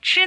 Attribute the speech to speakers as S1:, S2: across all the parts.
S1: 痴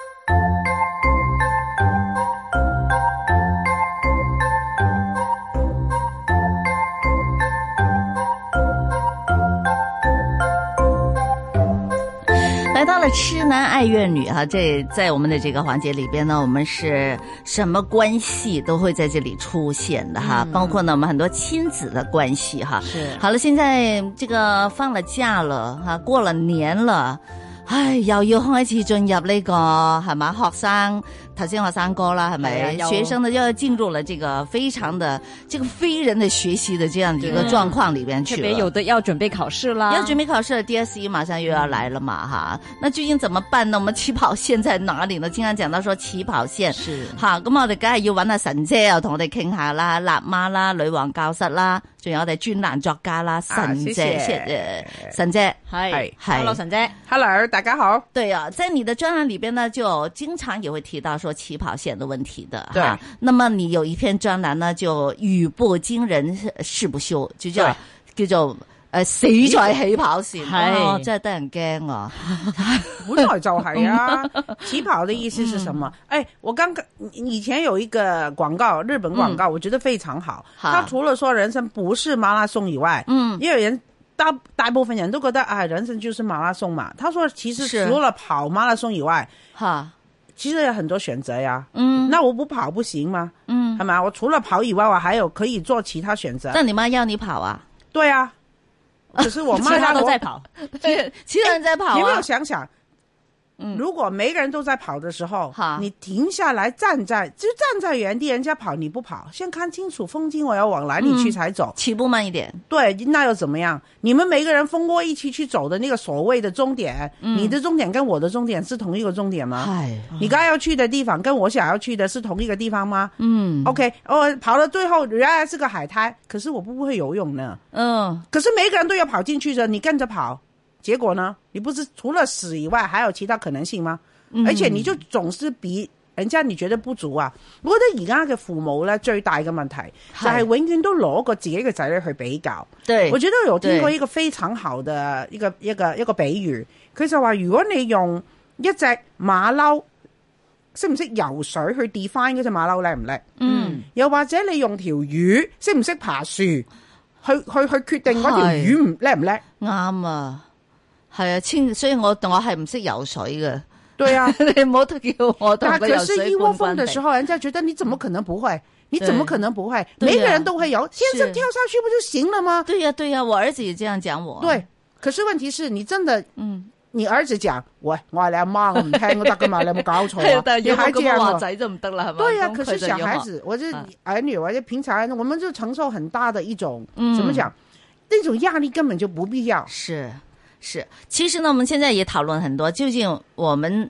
S2: 来到了痴男爱怨女啊，这在我们的这个环节里边呢，我们是什么关系都会在这里出现的
S3: 嗯
S2: 哈，包括呢我们很多亲子的关系哈。
S3: 是
S2: 好了，现在这个放了假了哈，过了年了。唉，又要開始進入呢、個係嘛學生，頭先學生哥啦，係咪？
S3: 係啊有
S2: 學生呢要進入了這個非常的這個非人的學習的這樣的一個
S3: 對
S2: 狀況裡邊去
S3: 特
S2: 了。
S3: 别有的要准备考试啦，
S2: 要准备考试了，DSE 嗯马上又要来了嘛哈，那究竟怎么办呢？我们起跑线在哪里呢？经常讲到说起跑线。
S3: 是
S2: 吓，咁我哋梗系要揾阿神姐又同我哋傾下啦，辣媽啦，女王教室啦，仲有我哋專欄作家啦，神姐，
S4: 謝謝
S2: 啊谢謝神姐，
S3: 系
S2: 是
S3: Hello 神姐，
S4: Hello，大家好。
S2: 对啊，在你的专栏里边呢，就经常也会提到说起跑线的问题的
S4: 对
S2: 哈。那么你有一篇专栏呢，就语不惊人誓不休，就叫叫做诶死在起跑线，
S3: 係
S2: 哦真系得人惊啊！
S4: 本来就 系啊，起跑的意思是什么？
S2: 嗯
S4: 哎，我刚刚以前有一个广告，日本广告，我觉得非常好。
S2: 嗯好
S4: 他除了说人生不是马拉松以外，
S2: 嗯，
S4: 因为人大大部分人都觉得啊、人生就是马拉松嘛。他说，其实
S2: 是
S4: 除了跑马拉松以外，
S2: 哈，
S4: 其实有很多选择呀。
S2: 嗯
S4: 那我不跑不行吗？
S2: 嗯，
S4: 系啊嘛？我除了跑以外，我还有可以做其他选择。
S2: 但你妈要你跑啊，
S4: 对啊，可 是我
S3: 其
S4: 妈
S3: 他
S4: 让
S3: 都
S4: 我哎
S3: 在跑，
S2: 对，其他人在跑
S4: 你有没有
S2: 啊，嗯
S4: 想想，如果每个人都在跑的时候
S2: 好，
S4: 你停下来站在就站在原地，人家跑你不跑，先看清楚风景，我要往哪里去才走。
S2: 起步慢一点，
S4: 对，那又怎么样？你们每个人蜂窝一起去走的那个所谓的终点，
S2: 嗯
S4: 你的终点跟我的终点是同一个终点吗？
S2: 唉，
S4: 你该要去的地方跟我想要去的是同一个地方吗、
S2: 嗯
S4: o k 哦，跑到最后原来是个海滩，可是我不会游泳呢。
S2: 嗯，
S4: 可是每个人都要跑进去的，你跟着跑，结果呢？你不是除了死以外，还有其他可能性吗？而且你就總是比人家你覺得不足啊！我覺得而家嘅父母咧最大嘅問題就係
S2: 係
S4: 永遠都攞個自己嘅仔女去比較。
S2: 對
S4: 我，覺得有聽過
S2: 對
S4: 一個非常好嘅一個一個一個比喻，佢就話如果你用一隻馬騮識唔識游水去 define 嗰只馬騮叻唔叻？
S2: 嗯，
S4: 又或者你用條魚識唔識爬樹去去去決定嗰條
S2: 係
S4: 魚唔叻唔叻？
S2: 啱啊，係啊，千，所以我我係唔識游水嘅。
S4: 對 啊。
S2: 你唔好叫我同
S4: 那
S2: 佢
S4: 可
S2: 游
S4: 是，
S2: 水
S4: 一窝
S2: 灌
S4: 蜂
S2: 灌
S4: 的
S2: 頂
S4: 时候，人家觉得你怎么可能不会？你
S2: 对
S4: 怎么可能不会？
S2: 对呀啊
S4: 每个人都会游，天上
S2: 是
S4: 跳下去不就行了吗？
S2: 对呀、对呀、我儿子也这样讲我。
S4: 对。可是问题是你真的，
S2: 嗯，
S4: 你儿子讲，喂，我系你阿妈，我唔听我得噶嘛，你有冇 搞错
S2: 哎呀，
S4: 啊？
S2: 但
S4: 你
S2: 有
S4: 还
S2: 冇
S4: 这
S2: 咁
S4: 样
S2: 話
S4: 啊？
S2: 仔就唔得啦，係嘛？
S4: 对呀、
S2: 咁
S4: 可
S2: 佢
S4: 是
S2: 就
S4: 小
S2: 要
S4: 孩
S2: 學，
S4: 子，我这
S2: 啊
S4: 儿女，而且平常我们就承受很大的一种、嗯怎么讲，那种压力根本就不必要。
S2: 是是。其实呢，我们现在也讨论很多，究竟我们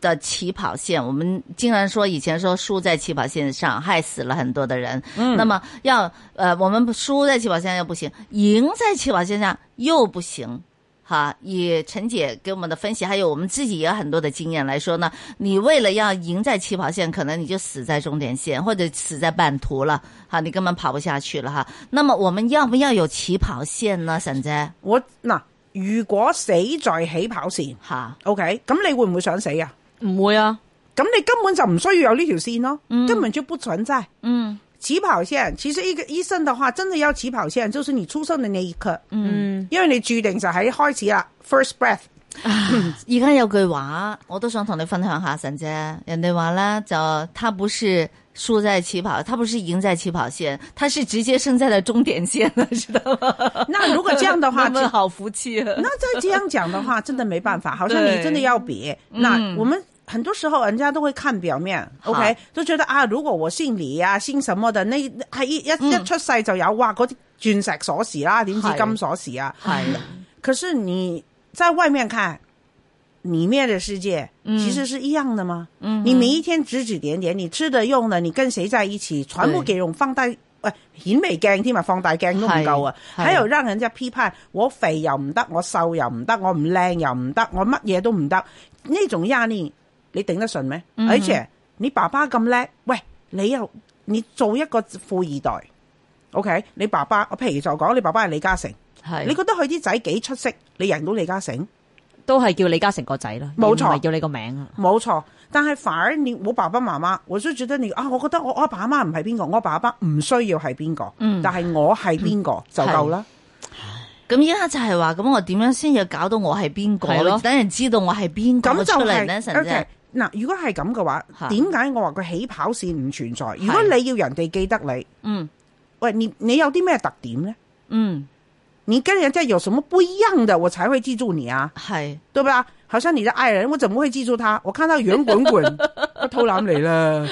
S2: 的起跑线，我们竟然说以前说输在起跑线上，害死了很多的人。嗯，那么要呃，我们输在起跑线上又不行，赢在起跑线上又不行。哈，以陈姐给我们的分析，还有我们自己也有很多的经验来说呢，你为了要赢在起跑线，可能你就死在终点线，或者死在半途了，哈，你根本跑不下去了哈。那么我们要不要有起跑线呢，沈姐？
S4: 我嗱，如果死在起跑线
S2: 哈，
S4: ，OK，咁你会唔会想死啊？
S3: 唔会啊，
S4: 咁你根本就唔需要有呢条线咯，根本就不存在。
S2: 嗯，
S4: 起跑线其实一个医生的话，真的要起跑线，就是你出生的那一刻，
S3: 嗯，
S4: 因为你注定就喺开始啦，first breath。
S2: 而家有句話，我都想同你分享下，神姐。人哋話咧，就他不是輸在起跑，他不是贏在起跑線，他是直接生在了終點線了，知道 嗎？
S4: 那如果这样的话，
S2: 他
S4: 就
S2: 们好服氣 啊！
S4: 那再这样讲的话，真的没 办法，好像
S2: 对嗯
S4: 你真的要比。那我们很多时候人家都会看表面
S2: 好
S4: ，OK，都觉得啊，如果我姓李啊，姓什么的，那係一一
S2: 嗯
S4: 一出世就有，哇，嗰啲鑽石鎖匙啦，點知
S2: 係
S4: 金鎖匙啊？
S2: 係
S4: 可是你在外面看，里面的世界其实是一样
S2: 嗯
S4: 的吗？嗯，你每一天指指点点，你吃的用的，你跟谁在一起，全部
S2: 对
S4: 给我们放在喂顯微鏡添啊，放大鏡都唔夠啊，
S2: 係
S4: 喺度讓人家批判，我肥又唔得，我瘦又唔得，我唔靚又唔得，我乜嘢都唔得，呢種壓力你頂得順咩？
S2: 嗯
S4: 而且你爸爸咁叻，喂，你又你做一個富二代，OK？你爸爸，我譬如就講，你爸爸係李嘉誠，
S2: 係
S4: 你覺得佢啲仔幾出色？你贏到李嘉誠？
S3: 都係叫李嘉誠個仔啦，
S4: 冇錯
S3: 而唔係叫你個名啊。
S4: 冇錯，但係反而你我爸爸媽媽，我都覺得你啊，我覺得我我阿爸阿媽唔係邊個，我爸阿媽唔需要係邊個，
S2: 嗯
S4: 但係我係邊個就夠啦。
S2: 咁依家就係話，咁我點樣先至搞到我係邊
S3: 係
S2: 個？
S3: 咯
S2: 等人知道我係邊個
S4: 咁就
S2: 出嚟
S4: 係、
S2: 咧，成啫
S4: OK。嗱，如果係咁嘅話
S2: 嚇，
S4: 點解我話個起跑線唔存在？如果你要人哋記得你，
S2: 嗯
S4: 喂，你你有啲咩特點呢？
S2: 嗯，
S4: 你跟人家有什麼不一樣的，我才會記住你啊，
S2: 係
S4: 對吧？好像你的愛人，我怎麼會記住他？我看到圓滾 滾，我偷懶嚟啦，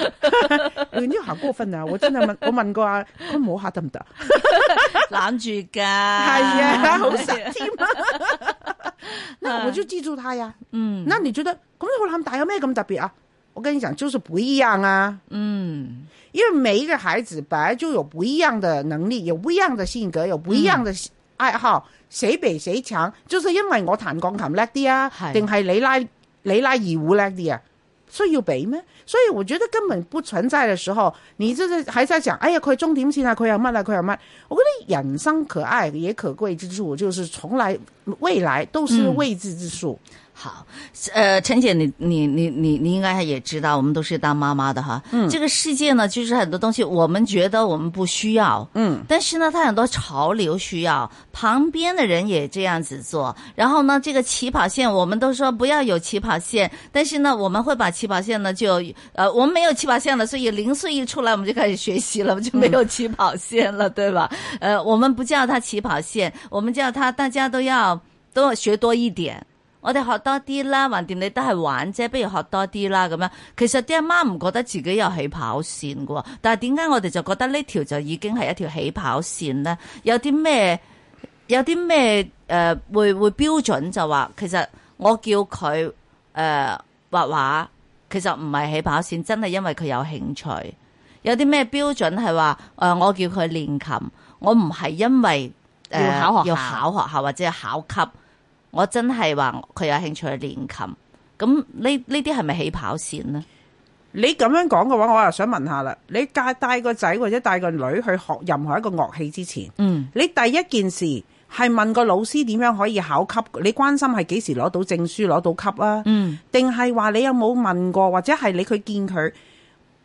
S4: 你好過分啊！我真 係問，我問過啊，佢摸下得唔得？
S2: 攬住㗎。係
S4: 係啊，好實
S2: 實。
S4: 添 啊！那我就記住他呀。
S2: 嗯
S4: 那你覺得咁你肚腩大有咩咁特別啊？我跟你講，就是不一樣啊。
S2: 嗯
S4: 因為每一個孩子本來就有不一樣的能力，有不一樣的性格，有不一樣的愛好，誰比誰強，就是因為我彈鋼琴叻啲啊
S2: 係，
S4: 定係你拉你拉二胡叻啲啊？需要比咩？所以我覺得根本不存在的時候，你就是還在講，哎呀，佢終點線啊，佢有乜啊，佢有乜？我覺得人生可愛也可貴之處，就是從來未來都是未知之數。
S2: 好，呃，陈姐，你你你你你应该也知道，我们都是当妈妈的哈。嗯，这个世界呢，就是很多东西我们觉得我们不需要，
S4: 嗯，
S2: 但是呢，它很多潮流需要，旁边的人也这样子做。然后呢，这个起跑线我们都说不要有起跑线，但是呢，我们会把起跑线呢就呃，我们没有起跑线了，所以零岁一出来我们就开始学习了，就没有起跑线了，对吧？呃，我们不叫它起跑线，我们叫它大家都要都要学多一点。我哋學多啲啦，橫掂你都係玩啫，不如學多啲啦咁樣。其實啲阿媽唔覺得自己有起跑線嘅喎，但係點解我哋就覺得呢條就已經係一條起跑線呢？有啲咩有啲咩呃誒會會標準就話，其實我叫佢誒、呃、畫畫，其實唔係起跑線，真係因為佢有興趣。有啲咩標準係話誒，呃我叫佢練琴，我唔係因為、呃、
S3: 要考學校
S2: 要考學校或者考級。我真係話佢有興趣去練琴，咁呢呢啲係咪起跑線呢？
S4: 你咁樣講嘅話，我又想問下啦，你帶帶個仔或者帶個女去學任何一個樂器之前，
S2: 嗯，
S4: 你第一件事係問個老師點樣可以考級？你關心係幾時攞到證書、攞到級啊？
S2: 嗯，
S4: 定係話你有冇問過，或者係你去見佢？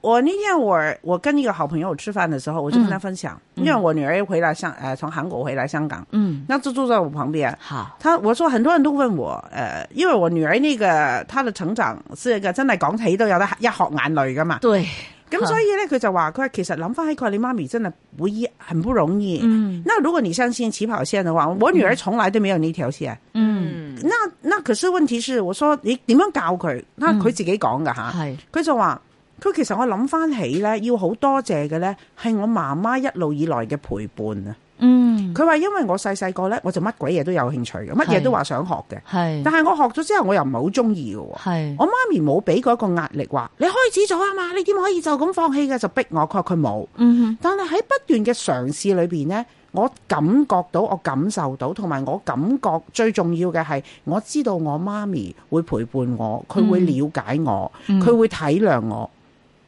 S4: 我那天我我跟一個好朋友吃飯的時候，我就跟他分享，因為我女兒回來香，呃，從韓國回來香港，
S2: 嗯，
S4: 那就住在我旁邊。啊
S2: 好，
S4: 他我說很多人都問我，呃，因為我女兒那個她的成長是一個真係講起都有得一殼眼淚噶嘛。
S2: 對，
S4: 咁所以咧，佢就話佢話其實諗翻起佢話你媽咪真係不易，很不容易。
S2: 嗯
S4: 那如果你相信起跑線的話，我女兒從來都沒有呢條線。
S2: 嗯，
S4: 那那可是問題是，我說你點樣教佢？那佢自己講噶
S3: 啊
S4: 吓，
S2: 嗯係
S4: 佢、就話佢其實我諗翻起咧，要好多謝嘅咧，係我媽媽一路以來嘅陪伴啊。
S2: 嗯，
S4: 佢話因為我細細個咧，我就乜鬼嘢都有興趣嘅，乜嘢都話想學嘅。
S2: 係
S4: 但係我學咗之後，我又唔係好中意嘅喎。
S2: 係，
S4: 我媽咪冇俾過一個壓力話，你開始咗啊嘛，你點可以就咁放棄嘅？就逼我，佢話佢冇。
S2: 嗯
S4: 但係喺不斷嘅嘗試裏邊呢，我感覺到，我感受到，同埋我感覺最重要嘅係，我知道我媽咪會陪伴我，佢會了解我，佢、會體諒我。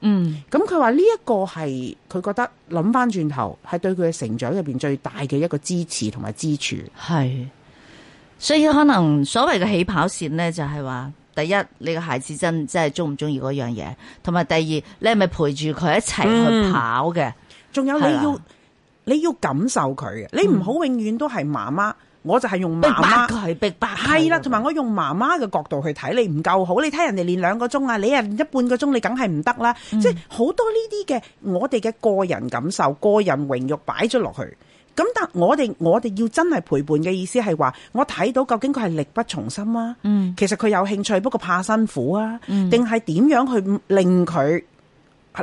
S2: 嗯
S4: 咁佢話呢一個係佢覺得諗翻轉頭係對佢嘅成長入邊最大嘅一個支持同埋支柱。
S2: 係，所以可能所謂嘅起跑線呢，就係話。第一，你個孩子真真係中唔中意嗰樣嘢，同埋第二，你係咪陪住佢一齊
S4: 嗯
S2: 去跑嘅？
S4: 仲有你
S2: 係啦
S4: 要你要感受佢嘅，你唔好永遠都係媽媽，我就係用
S2: 逼
S4: 媽
S2: 白
S4: 媽。
S2: 佢，逼白佢
S4: 係啦，同埋我用媽媽嘅角度去睇，你唔夠好，你睇人哋練兩個鐘啊，你啊練一半個鐘，你梗係唔得啦。
S2: 嗯
S4: 即係好多呢啲嘅我哋嘅個人感受、個人榮辱擺咗落去。咁但我哋我哋要真係陪伴嘅意思係話，我睇到究竟佢係力不從心啊，
S2: 嗯
S4: 其實佢有興趣，不過怕辛苦啊，定係點樣去令佢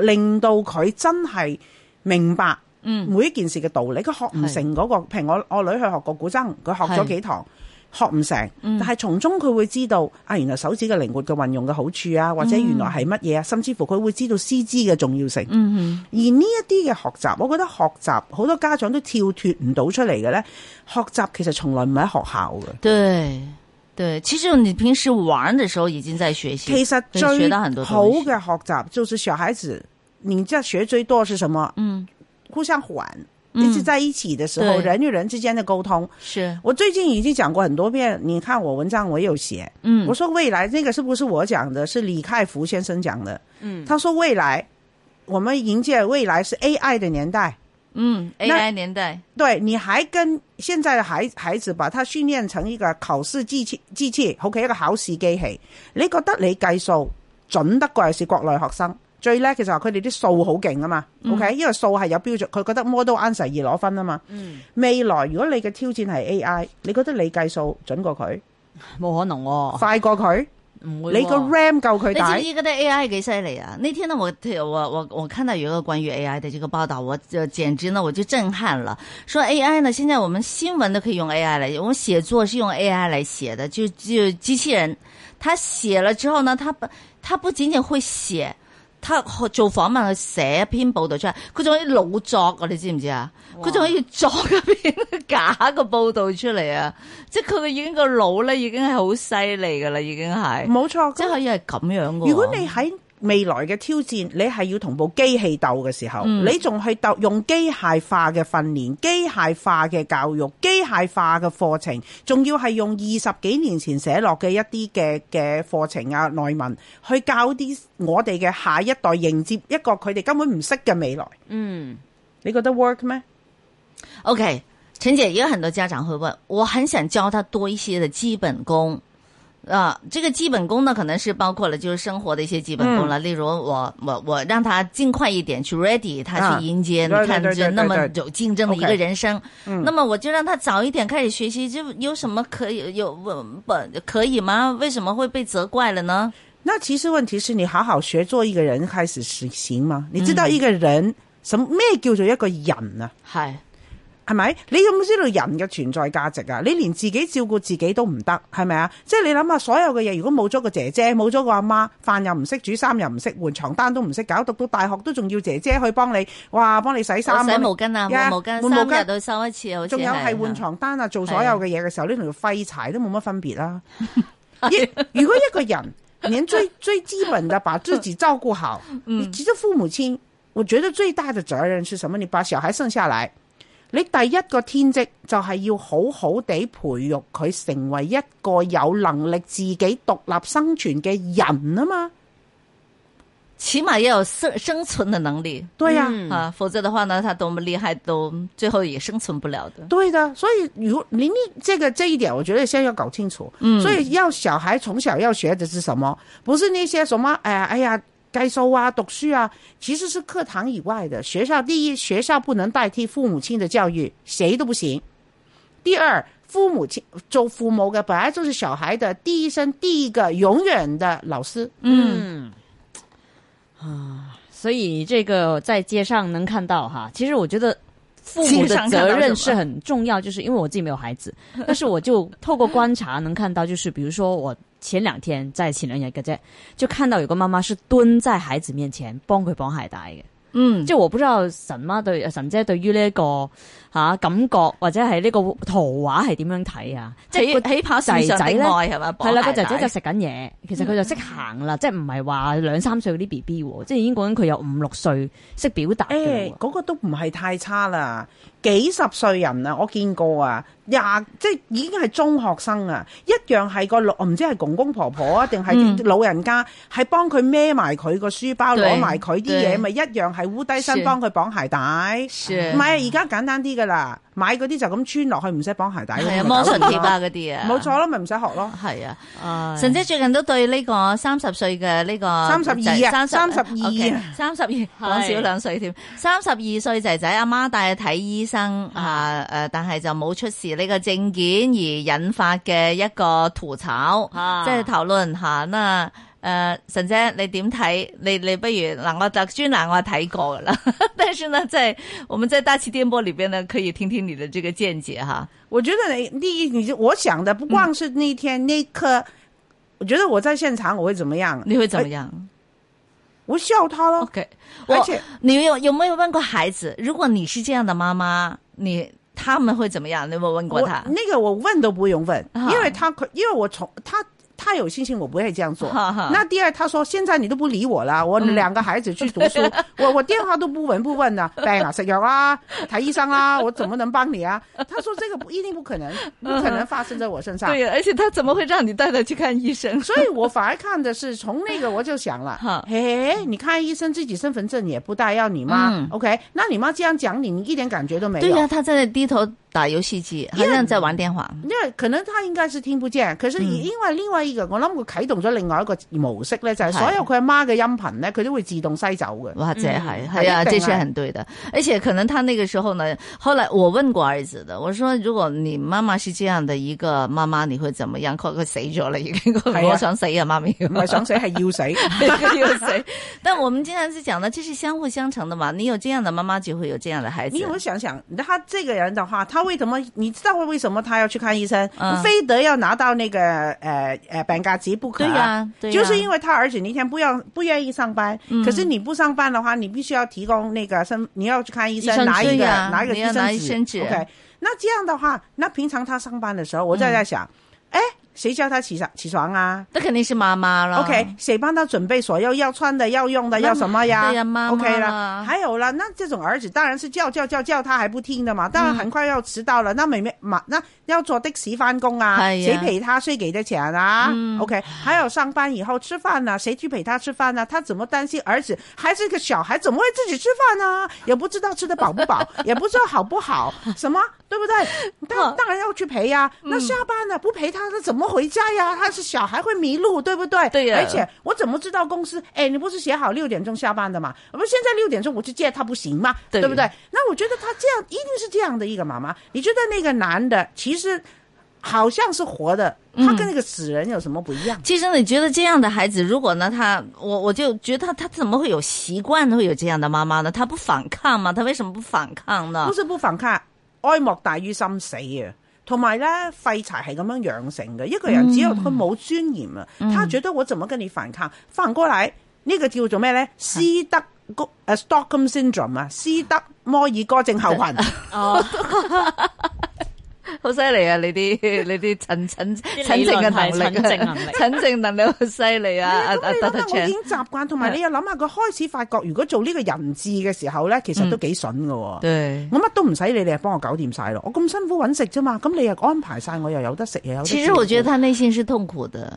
S4: 令到佢真係明白
S2: 嗯
S4: 每一件事嘅道理，佢學唔成嗰、個，譬如我我女去學過古箏，佢學咗
S2: 係
S4: 幾堂，學唔成，
S2: 嗯
S4: 但係從中佢會知道啊，原來手指嘅靈活嘅運用嘅好處啊，或者原來係乜嘢啊，甚至乎佢會知道師資嘅重要性。
S2: 嗯
S4: 而呢一啲嘅學習，我覺得學習好多家長都跳脱唔到出嚟嘅咧。學習其實從來唔喺學校嘅，
S2: 哼，对对，其实你平时玩的时候已经在学习，
S4: 其實
S2: 可以
S4: 最
S2: 学到很多
S4: 好
S2: 东西
S4: 嘅學習就是小孩子，你知道學最多是什麼？
S2: 嗯，
S4: 互相玩，
S2: 嗯
S4: 一直在一起的時候，
S2: 對
S4: 人與人之間的溝通。
S2: 是，
S4: 我最近已經講過很多遍，你看我文章我有寫，
S2: 嗯
S4: 我，说未来那个是不是我讲的？是李开复先生讲的。嗯，他说未来我们迎接未来是 AI 的年代，
S2: 嗯，AI 年代，
S4: 对，你还跟现在的孩孩子把他训练成一個考試機器機器，OK 一個考試機器。你覺得你計數準得過有是國內學生？最叻嘅就係佢哋啲數好勁啊嘛，OK，、因為
S2: 嗯
S4: 數係有標準，佢覺得 model answer 易攞分啊嘛。嗯，未來如果你嘅挑戰係 AI，你覺得你計數準過佢，
S3: 冇可能喎，
S4: 快過佢，
S3: 唔會喎
S4: 你個 RAM 夠佢
S2: 哦你知
S4: 大
S2: 唔知。嗰啲 AI 幾犀利啊？那天呢，我我我我看到有一个关于 AI 的这个报道，我就简直呢我就震撼了。说 AI 呢，现在我们新闻都可以用 AI 来，我们写作是用 AI 来写的，就就机器人，他写了之后呢，他不他不仅仅會寫。他做訪問去寫一篇報道出嚟，佢仲可以老作啊！你知唔知啊？佢仲可以作一篇假嘅報道出嚟啊！即係佢嘅已經個腦咧，已經係好犀利噶啦，已經係。
S4: 冇錯，
S2: 即係可以係咁樣嘅喎。
S4: 如果你喺未來嘅挑戰，你係要同部機器鬥嘅時候，你仲去鬥用機械化嘅訓練、機械化嘅教育、機械化嘅課程，仲要係用二十幾年前寫落嘅一啲嘅嘅課程啊內文，去教啲我哋嘅下一代迎接一個佢哋根本唔識嘅未來。嗯，你覺得 work 咩？
S2: OK，陈姐也有很多家长会问，我很想教他多一些的基本功。啊，这个基本功呢，可能是包括了就是生活的一些基本功了，例如我我我让他尽快一点去 ready，他
S4: 啊
S2: 去迎接、
S4: 对
S2: 你看
S4: 对对
S2: 这那么
S4: 对对
S2: 有竞争的一个
S4: OK
S2: 人生。那么我就让他早一点开始学习，就有什么可以有不不可以吗？为什么会被责怪了呢？
S4: 那其实问题是你好好学做一个人开始实行吗？你知道一个人什咩叫做一個人啊？
S2: 嗨，
S4: 係咪？你有冇知道人嘅存在價值啊？你連自己照顧自己都唔得，係咪啊？即係你諗下，所有嘅嘢，如果冇咗個姐姐，冇咗個阿媽，飯又唔識煮，衫又唔識換，床單都唔識搞，讀到大學都仲要姐姐去幫你，哇，幫你洗
S2: 我
S4: 衫，
S2: 洗
S4: 幫你
S2: 毛巾啊，
S4: 呀
S2: 換毛巾，
S4: 換毛
S2: 三
S4: 巾
S2: 日都收一次，好似
S4: 仲有係
S2: 係
S4: 換床單啊，做所有嘅嘢嘅時候，呢同廢柴都冇乜分別 啦。一如果一個人連最 最基本的把自己照顧好，你其實父母親，我覺得最大的責任是什麼？你把小孩生下來，你第一個天職就係要好好地培育佢成為一個有能力自己獨立生存嘅人啊嘛。
S2: 起码要有生生存的能力。
S4: 對呀、啊。
S2: 啊，否则的话呢，他多么厉害都最后也生存不了的。
S4: 对的，所以如果你你这个这一点，我觉得先要搞清楚。嗯，所以要小孩从小要学的是什么？不是那些什么哎哎呀该收啊、读书啊，其实是课堂以外的。学校第一，学校不能代替父母亲的教育，谁都不行。第二，父母亲做父母的本来就是小孩的第一生第一个永远的老师。
S3: 所以这个在街上能看到哈，其实我觉得父母
S2: 街
S3: 的
S2: 上看到
S3: 责
S2: 什么
S3: 任是很重要，就是因为我自己没有孩 子，但是我就透过观察能看到，就是比如说我前两天在情人节嗰啫，就看到有个妈妈是蹲在孩子面前帮佢綁鞋帶嘅。
S2: 嗯
S3: 即，系我不知道神媽對呃神姐對於呢、一個吓、感覺或者係呢個圖畫係點樣睇啊？即
S2: 起
S3: 係個
S2: 起跑線上的
S3: 仔仔呢
S2: 愛係咪？
S3: 係啦，個
S2: 個
S3: 仔仔就食緊嘢，其實佢就識行啦，即係唔係話兩三歲嗰啲 B B 喎，即係已經講緊佢有五六歲識表達
S4: 誒，
S3: 嘅
S4: 嗰、
S3: 喎。
S4: 個都唔係太差啦，幾十歲人啊，我見過啊，廿即係已經係中學生啊，一樣係個老唔知係公公婆婆啊，定係老人家，係、幫佢孭埋佢個書包，
S2: 對
S4: 攞埋佢啲
S2: 對
S4: 嘢，咪一樣係烏低
S2: 是
S4: 身幫佢綁鞋帶。
S2: 是
S4: 唔係而家簡單啲噶啦，買嗰啲就咁穿落去，唔使綁鞋帶嗰啲
S2: 係啊，
S4: 咪搞
S2: 魔術
S4: 掂
S2: 貼啊
S4: 咯，
S2: 嗰啲啊，
S4: 哎冇錯咯，咪唔使學咯。
S2: 係啊。
S3: 啊
S2: 神姐最近都對呢個三十歲嘅呢個
S4: 32啊
S2: 三十
S4: 32啊
S2: 三十二講少兩歲添，三十二歲仔仔阿媽帶佢睇醫生啊誒，但係就冇出示呢個證件而引發嘅一個吐槽，
S3: 啊
S2: 即係討論下那誒、呃，神姐你點睇？你你不如嗱，我特專欄我睇過噶啦， 但是呢，在我們在大氣電波裏邊呢，可以聽聽你的這個見解哈。
S4: 我觉得你第一，你就我想的不光是那一天、那一刻，我觉得我在现场我会怎么样？
S2: 你會怎麼
S4: 哎？
S2: 樣
S4: 哦我笑他咯，
S2: ？OK，
S4: 而
S2: 我
S4: 且
S2: 你有有沒有問過孩子？如果你是這樣的媽媽，你他們會怎麼樣？你有冇問過
S4: 我
S2: 他？
S4: 那个我问都不用问，
S2: 啊
S4: 因为他可，因为我从他他有信心，我不会这样做。
S2: 哈哈嗯
S4: 那第二，他说现在你都不理我了，我两个孩子去读 书，我我电话都不闻不问的，病啊食药啊， 睇医生啊，我怎么能帮你啊？他说这个不一定不可 能，不可能发生在我身
S2: 嗯
S4: 上。
S2: 对，哎而且他怎么会让你带他去看醫生？
S4: 所以我反而看的是从那个我就想
S2: 哈
S4: 了，嘿，你看医生自己身份证也不带，要你妈、
S2: 嗯
S4: o k 那你妈这样讲你，你一点感觉都没有。
S2: 对呀、他在那低头打遊戲機，好像在玩電話。
S4: 因為可能他應該是聽不見，可是
S2: 嗯
S4: 因為另外一個，我諗佢啟動咗另外一個模式咧，就係、
S2: 係
S4: 所有佢阿媽嘅音頻咧，佢都會自動篩走嘅。
S2: 或者係
S4: 係
S2: 係啊，
S4: 一定
S2: 這是
S4: 係
S2: 很對的。而且可能他那個時候呢，後來我問過兒子的，我說如果你媽媽是這樣的一個媽媽，你會怎麼樣？佢佢死咗啦已經，
S4: 係啊
S2: 我想死啊，媽咪。
S4: 唔係想死 係 要死，
S2: 要死。但我們經常是講的，這是相互相成的嘛。你有這樣的媽媽，就會有這樣的孩子
S4: 你。有想想，他這個人的話，他為什麼？你知道為什麼他要去看醫生？
S2: 嗯
S4: 非得要拿到那個呃呃病假紙不可、
S2: 對呀對呀嗯
S4: 就是因為他兒子那天不要不願意上班、可是你不上班的話，你必須要提供那個身，你要去看醫
S2: 醫
S4: 生
S2: 生
S4: 拿一
S2: 紙
S4: 個、
S2: 呀
S4: 拿一個
S2: 你
S4: 醫
S2: 要
S4: 生
S2: 拿
S4: 紙。
S2: 醫生紙
S4: OK，那這樣的話，那平常他上班的時候，我就在想，
S2: 嗯
S4: 哎、誰叫他起床起床啊？
S2: 那肯定是媽媽了。
S4: OK，谁帮他准备所有要穿的、要用的、要什么呀？
S2: 对呀妈妈
S4: o k
S2: 啦
S4: 了，还有了，那这种儿子当然是叫叫叫叫他还不听的嘛，当然
S2: 嗯
S4: 很快要迟到了。那妹妹嘛，那要坐的士翻工啊，
S2: 哎呀
S4: 谁陪他？谁给的钱啊、o k 还有上班以后吃饭呢、谁去陪他吃饭呢、他怎么担心儿子还是个小孩，怎么会自己吃饭呢、也不知道吃的饱不饱，也不知道好不好，什么对不对？当当然要去陪呀、那下班了不陪他，他怎么回家呀？他是小孩会迷路，对不对？
S2: 对呀
S4: 而且 我怎么知道公司？哎，你不是写好六点钟下班的嘛？我们现在六点钟我去接他不行吗？
S2: 对
S4: 不对？那我觉得他这样一定是这样的一个妈妈。你觉得那个男的其实好像是活的，他跟那个死人有什么不一样？
S2: 其实你觉得这样的孩子，如果呢，他我我就觉得他他怎么会有习惯会有这样的妈妈呢？他不反抗吗？他为什么不反抗呢
S4: 不？是不反抗，哀莫大於心死啊！同埋咧，廢柴係咁樣養成嘅。一個人只有佢冇尊嚴啊，他覺得我怎麼跟你反抗？反過來呢、個叫做咩咧？斯德哥誒 Stockholm syndrome 啊，斯德摩爾哥症候群。
S3: 哦，
S2: 好犀利啊！你啲你啲陳陳陳
S3: 理論
S2: 證嘅
S3: 係
S2: 能力啊，
S3: 陳證能力
S2: 陳證能力好犀利啊！阿阿
S4: 咁你
S2: 德
S4: 諗
S2: 德
S4: 下，我已
S2: Chan
S4: 經習慣，同埋你又諗下佢開始發覺，如果做呢個人質嘅時候咧，其實都幾筍嘅喎。
S2: 對。
S4: 我乜都唔使你，你又幫我搞掂晒咯。我咁辛苦揾食啫嘛，咁你又安排晒，我又有得食，又有得住。
S2: 其實我覺得他內心是痛苦的，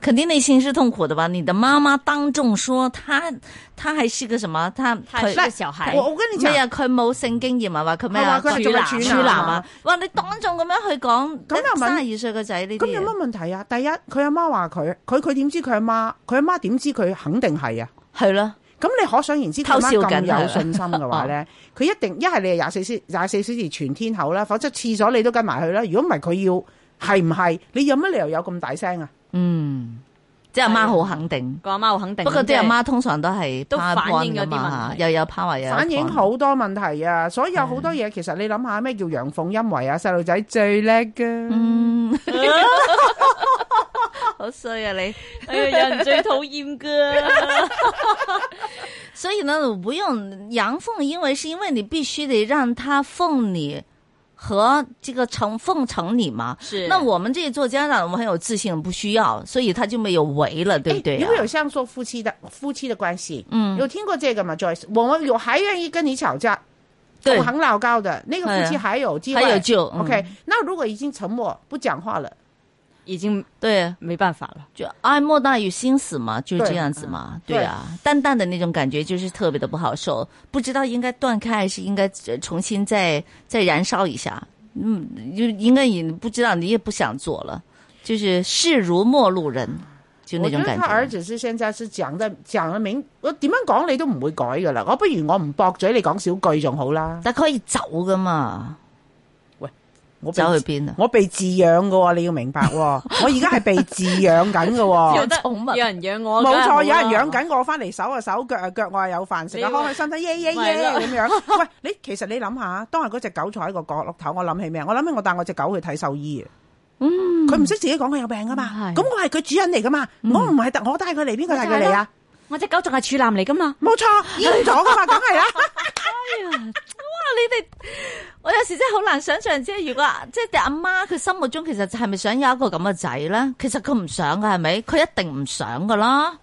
S2: 肯定內心是痛苦的吧？你的媽媽當眾說他，他還是個什麼？他
S3: 他是
S2: 佢
S3: 個小孩
S4: 我我跟你
S2: 咩
S4: 講，
S2: 啊？佢冇性經驗啊？話佢咩啊？
S4: 佢話佢係做
S2: 男
S4: 緊處
S2: 處
S4: 男
S2: 男
S4: 啊
S2: 啊！哇！你當眾咁樣去講，
S4: 咁又問
S2: 三十二歲個仔呢啲
S4: 咁
S2: 嘢
S4: 有乜問題啊？第一，佢阿媽話佢，佢佢點知佢阿媽？佢阿媽點知佢肯定係啊？
S2: 係咯，
S4: 咁你可想而知，佢阿
S2: 偷
S4: 媽
S2: 笑緊啊
S4: 咁有信心嘅話咧，佢一定一係你係廿四小廿四小時全天候啦，否則廁所你都跟埋去啦。如果唔係佢要係唔係？你有乜理由有咁大聲啊？
S2: 嗯，即係阿媽好肯定。
S3: 個阿媽好肯定。
S2: 不過
S3: 即
S2: 啲
S3: 係
S2: 阿媽通常都係
S3: 都反映
S2: PowerPoint
S3: 咗啲
S2: 㗎嘛
S3: 問，題
S2: 又有 power 又有
S4: 反映
S2: point
S4: 好多問題啊！所有好多嘢，其實你諗下咩叫陽奉陰違啊？細路仔最叻嘅。
S2: 嗯，好衰啊你！
S3: 哎呀，有人最討厭 噶。
S2: 所以呢，我不用阳奉阴违，是因为你必须得让他奉你和这个承奉承你嘛。
S3: 是
S2: 那我们这些做家长，我们很有自信，不需要，所以他就没有违了，对不对、
S4: 因为有像说夫妻的夫妻的关系，
S2: 啊嗯
S4: 有听过这个吗？Joyce，我们有还愿意跟你吵架，
S2: 对
S4: 我很老高的那个
S2: 哎呀
S4: 夫妻还有机会，
S2: 还有救嗯
S4: OK，那如果已经沉默不讲话了，
S3: 已經
S2: 对，
S3: 沒辦法了。
S2: 就爱莫大于心死嘛，就是这
S4: 对嗯
S2: 样子嘛，
S4: 对
S2: 对啊，淡淡的那种感觉就是特别的不好受，不知道应该断开还是应该呃重新再再燃烧一下，嗯，就应该也不知道，你也不想做了，就是视如陌路人，就
S4: 我
S2: 那
S4: 觉
S2: 种
S4: 得
S2: 感
S4: 他儿
S2: 觉。
S4: 子是现在是讲得讲得明，我点样讲你都唔会改噶啦，我不如我唔驳嘴，你讲少句仲好啦。
S2: 但可以走噶嘛？
S4: 我被
S2: 走去邊啊？
S4: 我被飼養嘅喎，你要明白喎，我而家係被飼養 緊嘅喎。
S3: 得
S2: 寵物
S3: 有人養我，啊
S4: 冇錯，
S3: 梗
S4: 有
S3: 係好啦
S4: 人養緊我翻嚟手啊手，腳啊腳，我係有飯食啊，
S3: 你
S4: 開開心心，耶耶
S3: 咪
S4: 耶
S3: 咯
S4: 咁樣。 喂，你其實你諗下，當日嗰隻狗坐喺個角落頭，我諗起咩？啊我諗起我帶我隻狗去睇獸醫啊。佢唔識自己講佢有病噶嘛
S2: 嗯係，
S4: 咁我係佢主人嚟噶嘛，我唔係特我帶佢嚟，邊個帶佢嚟啊？
S3: 我只狗仲係處男嚟噶嘛？
S4: 冇錯，淹咗噶嘛，梗係啦。
S2: 你哋，我有時真係好難想象，即係如果即係阿媽佢心目中其實係咪想有一個咁嘅仔咧？其實佢唔想嘅係咪？佢一定唔想噶啦。